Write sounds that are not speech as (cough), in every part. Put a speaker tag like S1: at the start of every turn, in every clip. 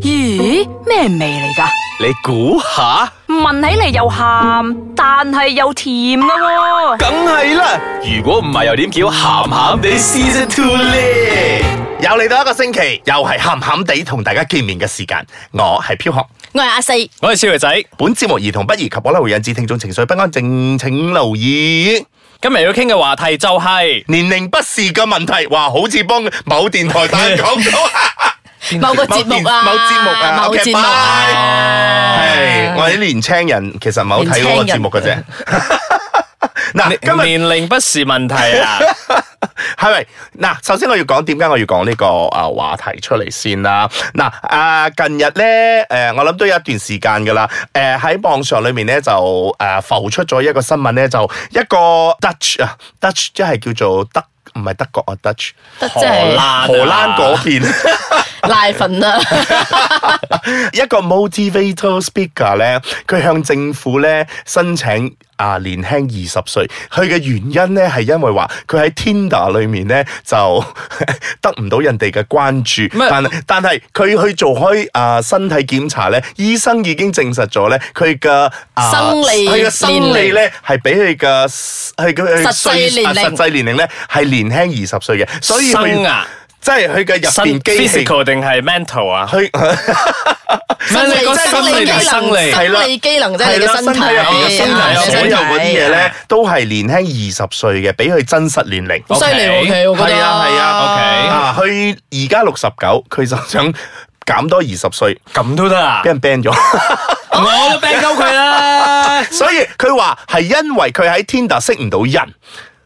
S1: 咦，咩味嚟噶？
S2: 你估下，
S1: 聞起嚟又鹹，但係又甜噶喎、
S2: 梗係啦。如果唔係，又點叫鹹鹹地 Season Two 咧？
S3: 又嚟到一個星期，又係咸咸地同大家見面嘅時間，我係飄學。
S4: 我係阿四，
S5: 我係小肥仔，
S3: 本節目兒童不宜及可能會引致聽眾情緒不安，敬請留意。
S5: 今日要傾嘅話題就係、
S3: 年齡不是嘅問題，哇，好似幫某電台單講咗。
S4: 某個節目啊，
S3: 某節目啊
S4: 某
S3: OK，
S4: 節目啊，
S3: 係我哋啲年青人其實唔係好睇嗰個節目嘅啫。 (laughs) 嗱，今日
S5: 年齡不是問題啊，
S3: 係咪？嗱，首先我要講點解我要講呢個啊話題出嚟先啦。嗱，啊近日咧，誒我諗都有一段時間㗎啦。誒喺網上裏面咧就誒浮出咗一個新聞咧，就一個 Dutch 啊，Dutch 即係叫做德唔係德國啊，Dutch
S4: 得
S5: 荷
S4: 真係
S5: 蘭
S3: 荷蘭嗰邊。
S4: 奶粉啦，
S3: (laughs) 一個 motivator speaker 咧，佢向政府咧申請啊年輕二十歲，佢嘅原因咧係因為話佢喺 Tinder 裏面咧就 (laughs) 得唔到人哋嘅關注，
S4: 啊
S5: 咩
S3: 但係但係佢去做開啊、身體檢查咧，醫生已經證實咗咧佢嘅啊
S4: 生理
S3: 佢嘅生理咧係比佢嘅係佢啊
S4: 實際年齡
S3: 實際年齡咧係年輕二十歲嘅， (laughs) 所以佢
S5: 生啊
S3: 即係佢嘅入邊機器
S5: ，physical 定係 mental 啊？
S3: 佢。
S5: 咩你個心理定生理？
S3: 係啦
S4: 生理機能即係
S3: 係
S4: 你
S3: 啦
S4: 嘅身體，
S3: 身入邊嘅身
S5: 係
S3: 體
S5: 啊
S3: 所有嗰啲嘢
S4: 係
S3: 咧
S4: 啊，
S3: 都係年輕二十歲嘅，比佢真實年齡。
S4: 好犀利喎，佢我覺得
S3: 係啊係
S5: 啊
S3: 啊，佢而家六十九，佢就想減多二十歲，
S5: 咁都得啊
S3: 俾？人 ban 咗。 (laughs)
S5: 我都 ban 鳩佢啦！
S3: 所以佢話係因為佢喺 Tinder 識唔到人，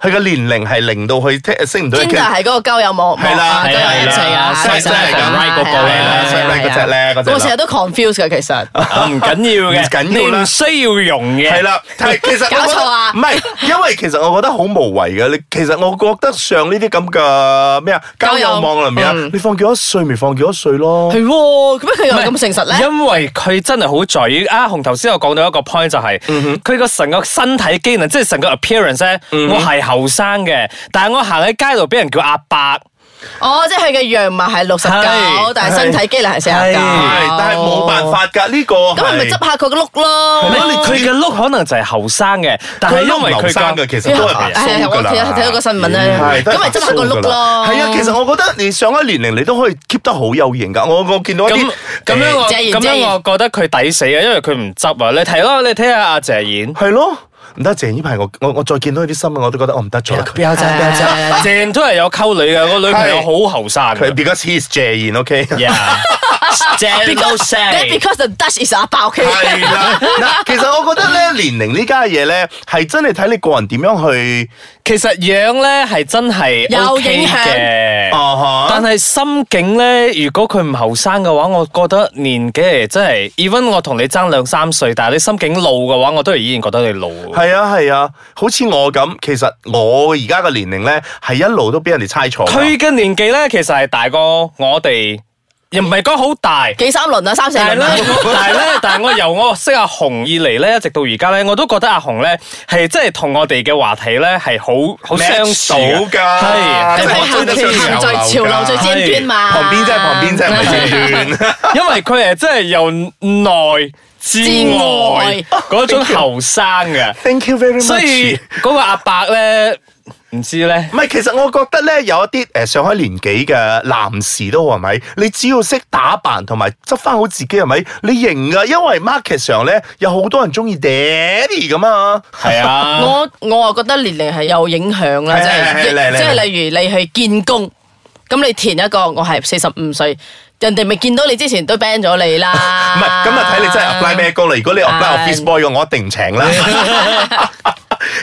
S3: 佢嘅年齡係令到佢聽識唔到人。
S4: Tinder 係嗰個交友網，
S3: 係啦
S4: 交友
S3: 係啦
S4: Apps 嚟啊，
S3: 係啦
S4: 真係
S3: 真係
S4: 咁
S3: 咁
S5: ，like 嗰個咧
S3: 係啦嗰隻咧嗰隻咧
S4: 我成日都 confuse 嘅其實。
S5: 唔緊要嘅，
S3: 唔緊要啦
S5: 你唔需要用嘅。
S3: 係啦，但係其
S4: (laughs)
S3: 實我覺
S4: 搞錯
S3: 得
S4: 啊
S3: 唔係，因為其實我覺得好無謂嘅。你其實我覺得上呢啲咁嘅咩啊交
S4: 交
S3: 友
S4: 友
S3: 網裏面啊
S4: 嗯，
S3: 你放幾多歲咪放幾多歲咯。
S4: 係喎，咁樣佢又咁誠實咧？
S5: 因為佢真係好在意啊！紅頭先我講到一個 point 就係、佢個成個身體機能，即係成個 appearance 咧、我係後生嘅，但係我行喺街度俾人叫阿伯，
S4: 哦，即係佢嘅樣貌係六十九，
S5: 係
S4: 但係身體機能係四十九
S3: 係，，但係冇辦。法㗎，呢個
S4: 咁係咪
S3: 係
S4: 執下佢個碌咯？
S5: 你佢嘅 look 可能就係後生嘅，但係因為
S3: 佢
S5: 佢
S3: 後生
S5: 個
S3: 嘅，其實都係
S4: 係
S3: 白
S4: 啊係啊
S3: 鬚㗎啦。
S4: 我睇睇到個新聞咧
S3: 係都
S4: 咁咪
S3: 白
S4: 執下個
S3: 鬚㗎
S4: look 咯
S3: 係啊，其實我覺得你上一年齡你都可以 keep 得好有型㗎。我我見到一
S5: 咁
S3: 啲
S5: 咁樣我
S4: 謝賢
S5: 咁
S4: 謝
S5: 樣
S4: 賢
S5: 我覺得佢抵死嘅，因為佢唔執啊！你睇咯，你睇下阿謝賢。
S3: 係咯，唔得謝呢排我我我再見到呢啲新聞我都覺得我唔得咗啦。佢
S5: 有
S4: 讚表讚
S5: 鄭都係有溝女嘅，個女朋友好後生
S3: 佢
S5: 嘅。
S3: because he's 謝賢，OK。 (laughs)
S5: Yeah，鄭都 s
S4: That
S5: a
S4: because the Dutch is a 爆 K。
S3: 係
S4: (laughs)
S3: 啦，嗱，其實我覺得咧，年齡呢家嘢咧，係真係睇你個人點樣去，
S5: 其實樣咧係真係
S4: 有
S5: OK
S4: 影響
S5: 嘅。
S3: 啊
S5: 但係心境咧，如果佢唔後生嘅話，我覺得年紀嚟真係，even 我同你爭兩三歲，但係你心境老嘅話，我都係依然覺得你老。
S3: 嚇，係啊係啊，好似我咁，其實我而家嘅年齡咧，係一路都俾人哋猜錯㗎。
S5: 佢嘅年紀咧，其實係大過我哋，又唔係講好大。
S4: 幾三輪啊，三四
S5: 但係
S4: 輪
S5: 咧
S4: 啊。，
S5: 但係咧，但係我由我識阿紅以嚟咧，一直到而家咧，我都覺得阿紅咧係真係同我哋嘅話題咧係好好相似
S3: Match
S5: 嘅
S3: 到㗎
S5: 係
S4: 佢
S3: 真係我
S4: 係
S3: 追
S5: 啊
S4: 行
S3: 得
S4: 在
S3: 上
S4: 行在潮流最尖端嘛。
S3: 旁邊啫，旁邊啫，唔係正
S4: (laughs)
S3: 端。
S5: 因為佢係真係由內至外嗰種後生嘅，
S3: Thank you very
S5: 所以
S3: much。
S5: 嗰個阿伯咧唔知咧
S3: (laughs) 唔係，其實我覺得咧，有一啲誒上咗年紀嘅男士都好係咪？你只要識打扮同埋執翻好自己係咪？你型噶，因為 market 上咧有好多人中意 daddy 咁啊。
S5: 係啊，
S4: 我我啊覺得年齡係有影響啦，
S3: 係
S4: 即
S3: 係係嚟
S4: 係
S3: 嚟
S4: 即係
S3: 嚟
S4: 例如你去見工，咁你填一個我係四十五歲，人哋咪見到你之前都 ban 咗你啦。
S3: (laughs) 唔係，咁啊睇你真係 apply 咩
S4: (laughs)
S3: 工啦。如果你 apply
S4: 係
S3: office boy 嘅，我一定唔請啦。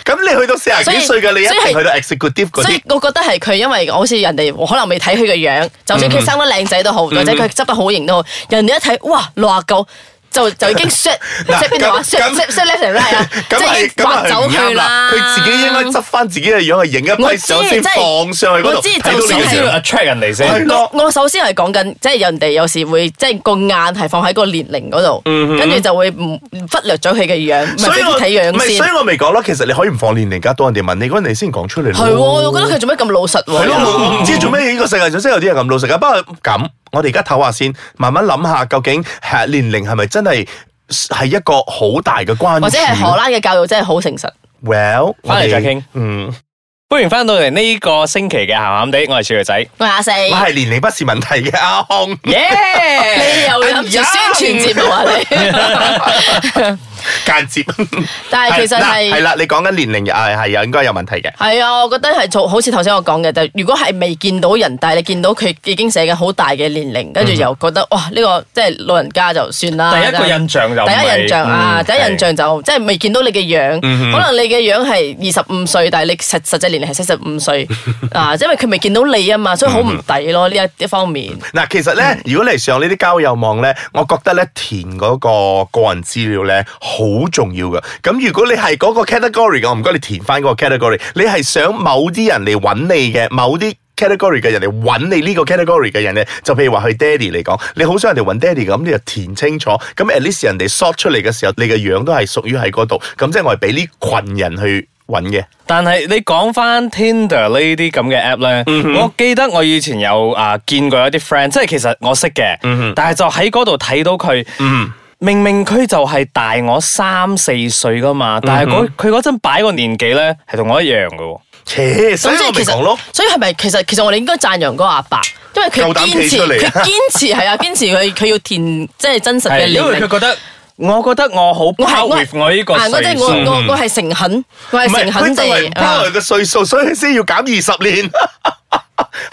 S3: 咁你去到四十幾歲嘅，
S4: 所以
S3: 你一
S4: 所以
S3: 定
S4: 係
S3: 去到 executive 嗰
S4: 所以
S3: 啲。
S4: 我覺得係佢，因為好似人哋我可能未睇佢嘅樣，就算佢生得靚仔都好，或者佢執得好型都好，人哋一睇哇六啊九。就就已經 shut
S3: 嗱
S4: shut 邊度啊
S3: 咁
S4: ？shut
S3: (laughs) 咁
S4: shut shut left and right 啊，
S3: 咁
S4: 即係已
S3: 係
S4: 經
S3: 咁
S4: 劃
S3: 係
S4: 走
S3: 唔啱
S4: 佢
S3: 啦
S4: 啦。！
S3: 佢自己應該執翻自己嘅樣去影一
S4: 我
S3: 批
S4: 知
S3: 相先
S4: 即係
S3: 放上去嗰度，
S4: 我知
S3: 睇到
S4: 就
S3: 你
S4: 算
S5: 首
S3: 嘅
S5: 先
S3: 樣
S5: 要 attract 人哋
S3: 啊係
S5: 先。
S3: 咯
S4: 我我首先係講緊，即係人哋有時會即係個眼係放喺個年齡嗰度，跟住就會唔忽略咗佢嘅樣，唔係俾佢睇
S3: 唔
S4: 樣
S3: 係
S4: 先
S3: 所以。我咪講咯。其實你可以唔放年齡噶，到人哋問你嗰陣，你先講出嚟咯。
S4: 係喎，我覺得佢做咩咁老實喎？
S3: 係咯，我唔知做咩呢個世界上真係有啲人咁老實噶。不過咁，我哋而家唞下先，慢慢諗下究竟係年齡係咪真係係一個好大嘅關注？
S4: 或者係荷蘭嘅教育真係好誠實。
S3: Well，我
S5: 返嚟
S3: 哋
S5: 再傾
S3: 嗯，
S5: 欢迎翻到嚟呢個星期嘅咸咸地，我係小女仔。
S4: 我係阿四，
S3: 我係年齡不是問題嘅阿康。
S5: (laughs) 耶！
S4: 你又諗住宣傳節目啊
S3: (laughs)
S4: 你？
S3: 間接，
S4: 但係其實係
S3: 系啦，你講緊年齡係係有應該有問題嘅。
S4: 係啊，我覺得係做好似頭先我講嘅，就如果係未見到人，但係你見到佢已經寫緊好大嘅年齡，跟住又覺得哇呢個即係老人家就算啦。
S5: 嗯第一個
S4: 真係
S5: 印象就唔
S4: 第
S5: 係
S4: 一印象啊，
S5: 嗯
S4: 第一印象就即係未見到你嘅樣，可能你嘅樣係二十五歲，但係你實實際年齡係七十
S5: (laughs)
S4: 五歲啊，因為佢未見到你啊嘛，所以好
S5: 嗯
S4: 唔抵咯呢一一方面。
S3: 嗱，其實咧，如果你上呢啲交友網咧，我覺得咧填嗰個個人資料咧好重要嘅。咁如果你係嗰個 category 嘅，我唔該你填翻嗰個 category。你係想某啲人嚟揾你嘅，某啲。category 嘅人嚟揾你呢個 category 嘅人咧，就譬如話去 daddy 嚟講，你好想人哋揾 daddy 咁，你就填清楚。咁 at least 人哋 sort 出嚟嘅時候，你嘅樣都係屬於喺嗰度。咁即係我係俾呢群人去揾嘅。
S5: 但係你講翻 Tinder 呢啲咁嘅 app 咧，我記得我以前有啊見過一啲 friend，即係其實我識嘅，但係就喺嗰度睇到佢。明明佢就係大我三四歲噶嘛，但係嗰佢嗰陣擺個年紀咧係同我一樣嘅喎。
S3: 切，所以我咪講咯。
S4: 所以係咪其實其實我哋應該讚揚嗰個阿伯，因為佢
S3: 夠膽
S4: 堅
S3: 企
S4: 持，
S3: 出嚟
S4: 佢堅持係啊，堅持佢佢要填即係真實
S5: 係
S4: 嘅年
S5: 因為佢
S4: 齡。
S5: 覺得，我覺得我好 p
S4: 我係
S5: o
S4: 我
S5: with 我呢個
S4: 啊我即
S5: 歲嗯
S4: 係
S5: 數
S4: 我。我我係誠懇，我係
S3: 唔係
S4: 誠
S3: 佢
S4: 懇
S3: 就係唔
S4: 地啊
S3: power 嘅歲數，所以先要減二十 (laughs) 年，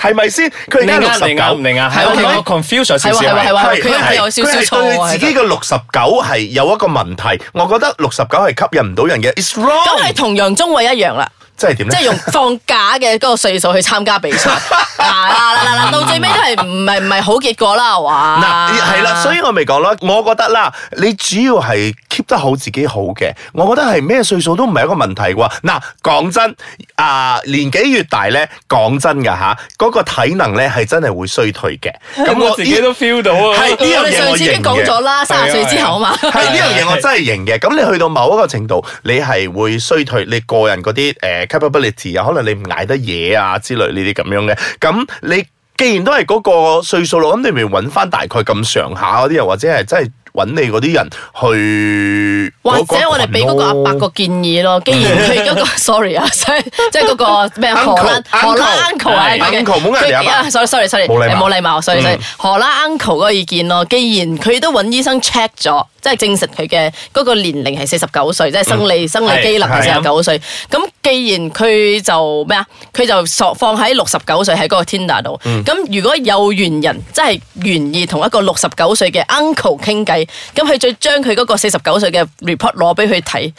S3: 係咪先？佢而
S5: 你
S3: 家六
S5: 啱
S3: 十
S5: 你啱唔
S3: 九。
S5: 明啊？係
S4: 係
S5: OK，
S4: 咪
S5: 我 confuse 咗少啊少
S4: 係喎係喎係
S5: 係。
S4: 喎
S3: 係
S4: 佢佢有少少
S3: 佢係
S4: 錯喎
S3: 對自己嘅六十九係有一個問題，我覺得六十九係吸引唔到人嘅。It's
S4: 咁係
S3: wrong，
S4: 同楊宗緯一樣啦。
S3: 即係點
S4: 即係
S3: 咧？ (laughs)
S4: 用放假嘅嗰個歲數去參加比賽，嗱嗱嗱嗱，到最尾都係唔係唔係好結果啦，係嘛？
S3: 嗱，係啦，所以我咪講咯，我覺得啦，你主要係 keep 得好自己好嘅，我覺得係咩歲數都唔係一個問題啩。嗱，講真，啊、年紀越大咧，講真㗎吓，嗰、個體能咧係真係會衰退嘅。咁
S5: 我自己都 feel 到啊。
S3: 係呢樣
S4: 我哋
S3: 嘢
S4: 上
S3: 我
S4: 次已經
S3: 認
S4: 講
S3: 嘅。
S4: 咗啦，
S5: 係啊
S4: 三十歲之後啊嘛，
S3: 係呢樣嘢我真係認嘅。咁你去到某一個程度，你係會衰退你個人嗰啲誒 capability 啊，可能你唔捱得嘢啊之類呢啲咁樣嘅。咁你既然都係嗰個歲數咯，咁你咪揾翻大概咁上下嗰啲人，或者係真係揾你嗰啲人去
S4: 或
S3: 嗰
S4: 者我哋俾嗰個阿伯個建
S3: (laughs)
S4: 議咯，既然佢嗰個 sorry 啊， (laughs) 即係即係嗰個咩
S3: Uncle，
S4: 荷蘭
S3: Uncle，
S4: 荷蘭 uncle 啊
S3: 係 Uncle，冇呃你阿伯
S4: ，sorry sorry sorry，
S3: 冇禮貌
S4: 啊
S3: 嗯
S4: 誒冇禮貌，sorry sorry，荷蘭 uncle 嗰個意見咯，既然佢都揾醫生 check 咗，即係證實佢嘅嗰個年齡係四十九歲，即係生
S3: 嗯
S4: 理生理機能係四
S5: 係
S4: 十九歲。咁既然佢就咩啊，佢就索放喺六十九歲喺嗰個 Tinder 度。咁如果有緣人真係願意同一個六十九歲嘅 uncle 傾偈，咁佢再將佢嗰個四十九歲嘅 report 攞俾佢睇，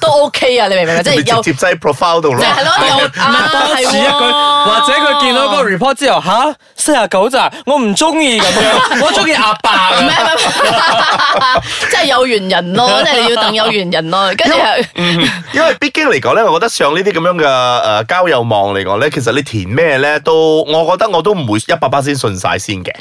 S4: 都 OK 啊！你明唔明啊？即
S3: 即
S4: 係
S3: 係
S4: 有
S3: 直接擠 profile 度咯
S4: 就。係咯，有啊，
S5: 多
S4: 係
S5: 此一舉，
S4: 喎
S5: 或者佢見到嗰個 report 之後，吓四廿九咋，我唔中意咁
S4: (laughs)
S5: 樣，我中意阿伯
S4: 唔係唔係唔
S5: 啊。
S4: 係，即係有緣人咯，即係你要等有緣人咯，跟住係
S3: (laughs) 因為畢竟嚟講咧，我覺得上呢啲咁樣嘅誒、呃交友網嚟講咧，其實你填咩咧都，我覺得我都唔會一百巴先信晒先嘅，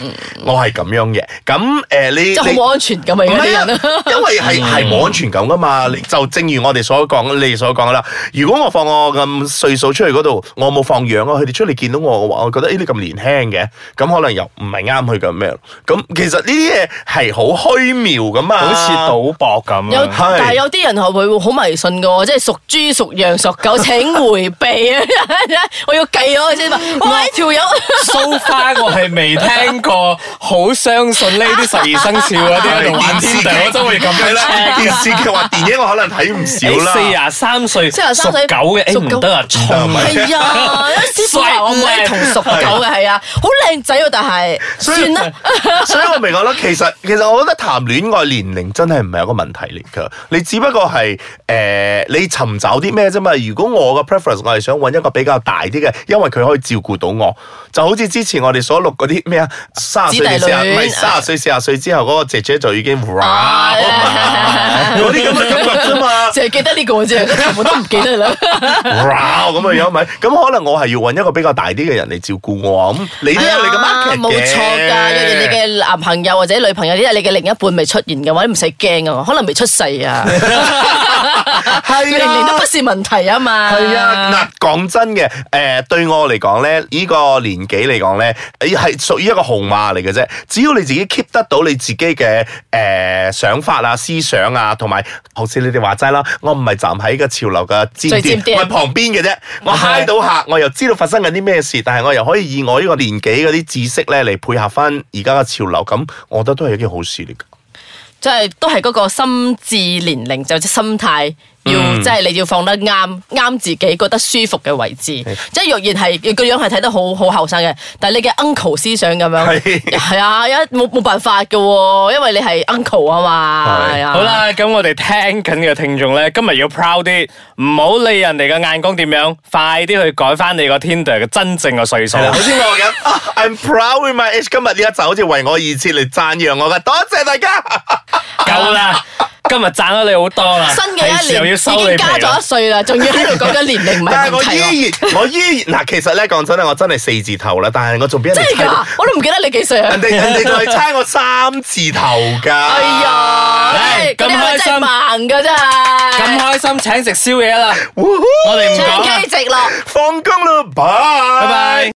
S3: 我係咁樣嘅。咁誒、呃你
S4: 即係好
S3: 你
S4: 冇安全感啊！
S3: 唔
S4: 而家啲
S3: 係
S4: 人啊
S3: 啊，因為係係冇安全感噶嘛。你就正如我哋所講，你哋所講啦。如果我放我咁歲數出去嗰度，我冇放養啊，佢哋出嚟見到我嘅話，我覺得咦你咁年輕嘅，咁可能又唔係啱佢咁咩咯。咁其實呢啲嘢係好虛渺噶嘛，
S5: 好似賭博咁
S4: 有，
S5: 樣。
S3: 係
S4: 但係有啲人係會好迷信嘅喎，即係屬豬、屬羊、屬狗，請迴避啊！ (laughs) 我要計咗佢先嘛。哇，呢條友
S5: so far 我係未聽過，好相信呢
S4: (laughs)
S5: 啲十二生肖嗰啲喺度玩天地，我真會咁
S3: 係
S5: 樣啦。
S4: 啊
S3: 啦。電視劇或電影我可能睇唔少啦。
S5: 四廿三歲，
S4: 43
S5: 屬
S4: 歲
S5: 狗嘅，誒
S4: 屬狗
S5: 唔得啊，衝啊！
S4: 係啊，師傅話我唔係同屬狗嘅，係啊，好靚仔喎，但係
S3: 所以
S4: 算啦。
S3: (laughs) 所以我明我啦，其實其實我覺得談戀愛年齡真係唔係一個問題嚟㗎，你只不過係誒、呃你尋找啲咩啫嘛。如果我嘅 preference 我係想揾一個比較大啲嘅，因為佢可以照顧到我，就好似之前我哋所錄嗰啲咩啊，三十歲四
S4: 子弟
S3: 十
S4: 戀
S3: 唔係三十歲四十歲之後嗰個姐姐就已經哇
S4: 哦 (laughs)
S3: 嗰啲咁嘅感覺啫嘛。
S4: 淨係記得呢個啫，個頭都唔記得啦。
S3: 哇咁嘅樣咪，咁可能我係要揾一個比較大啲嘅人嚟照顧我啊咁你都有
S4: (laughs)
S3: 你嘅 market 嘅
S4: 冇錯㗎，有你
S3: (laughs)
S4: 嘅 (laughs)
S3: (laughs)
S4: 男朋友或者女朋友，呢啲係你嘅另一半未出現嘅話，你唔使驚啊，可能未出世啊。
S3: 係
S4: 年年都不是問題啊嘛。
S3: 系啊，嗱，講真嘅，诶、對我嚟講咧，呢、個年紀嚟講咧，你係屬於一個紅馬嚟嘅啫。只要你自己 keep 得到你自己嘅诶、誒想法啊、思想啊，同埋好似你哋話齋啦，我唔係站喺個潮流嘅尖
S4: 最尖
S3: 端，
S4: 端
S3: 我係旁邊嘅啫。我嗨到客，我又知道發生緊啲咩事，但係我又可以以我呢個年紀嗰啲知識咧嚟配合翻而家嘅潮流，咁我覺得都係一件好事嚟㗎。
S4: 即係都係嗰個心智年齡，就即係心態。要
S5: 嗯
S4: 即係你要放得啱啱自己覺得舒服嘅位置，即係若然係個樣係睇得好好後生嘅，但係你嘅 uncle 思想咁樣
S3: 係
S4: 係啊，一冇冇辦法嘅喎，因為你係 uncle 啊嘛，
S3: 係
S4: 係啊。
S5: 好，啦，咁我哋聽緊嘅聽眾咧，今日要 proud 啲，唔好理人哋嘅眼光點樣，快啲去改翻你個 Tinder 嘅真正嘅歲數。
S3: 好似我咁啊，I'm proud with my age。今日呢一集好似為我而設嚟讚揚我㗎，多謝大家。
S5: 夠啦，今日賺咗你好多啦，
S4: 新嘅
S5: 係
S4: 一
S5: 時候要
S4: 年已
S5: 收你皮
S4: 經加
S5: 啦
S4: 咗一歲啦，仲要喺度講緊年齡唔
S3: 但
S4: 係
S3: 係我
S4: 問題喎。
S3: 依然，我依然嗱， (laughs) 其實咧講真咧，啊我真係四字頭啦，但係我仲俾人
S4: 真
S3: 哋
S4: 係
S3: 猜
S4: 㗎
S3: 到，，
S4: 我都唔記得你幾歲啊
S3: 人！
S4: (laughs)
S3: 哋人哋仲係猜我三字頭㗎。
S4: 哎呀，
S5: 唉
S4: 嗰啲係咪
S5: 咁開
S4: 真係
S5: 心
S4: 盲㗎真係。
S5: 咁開心，請食宵夜啦，
S3: 呼呼，
S5: 我哋唔講
S4: 長
S5: 啦
S4: 期，直落。
S3: 放工啦，拜
S5: 拜拜。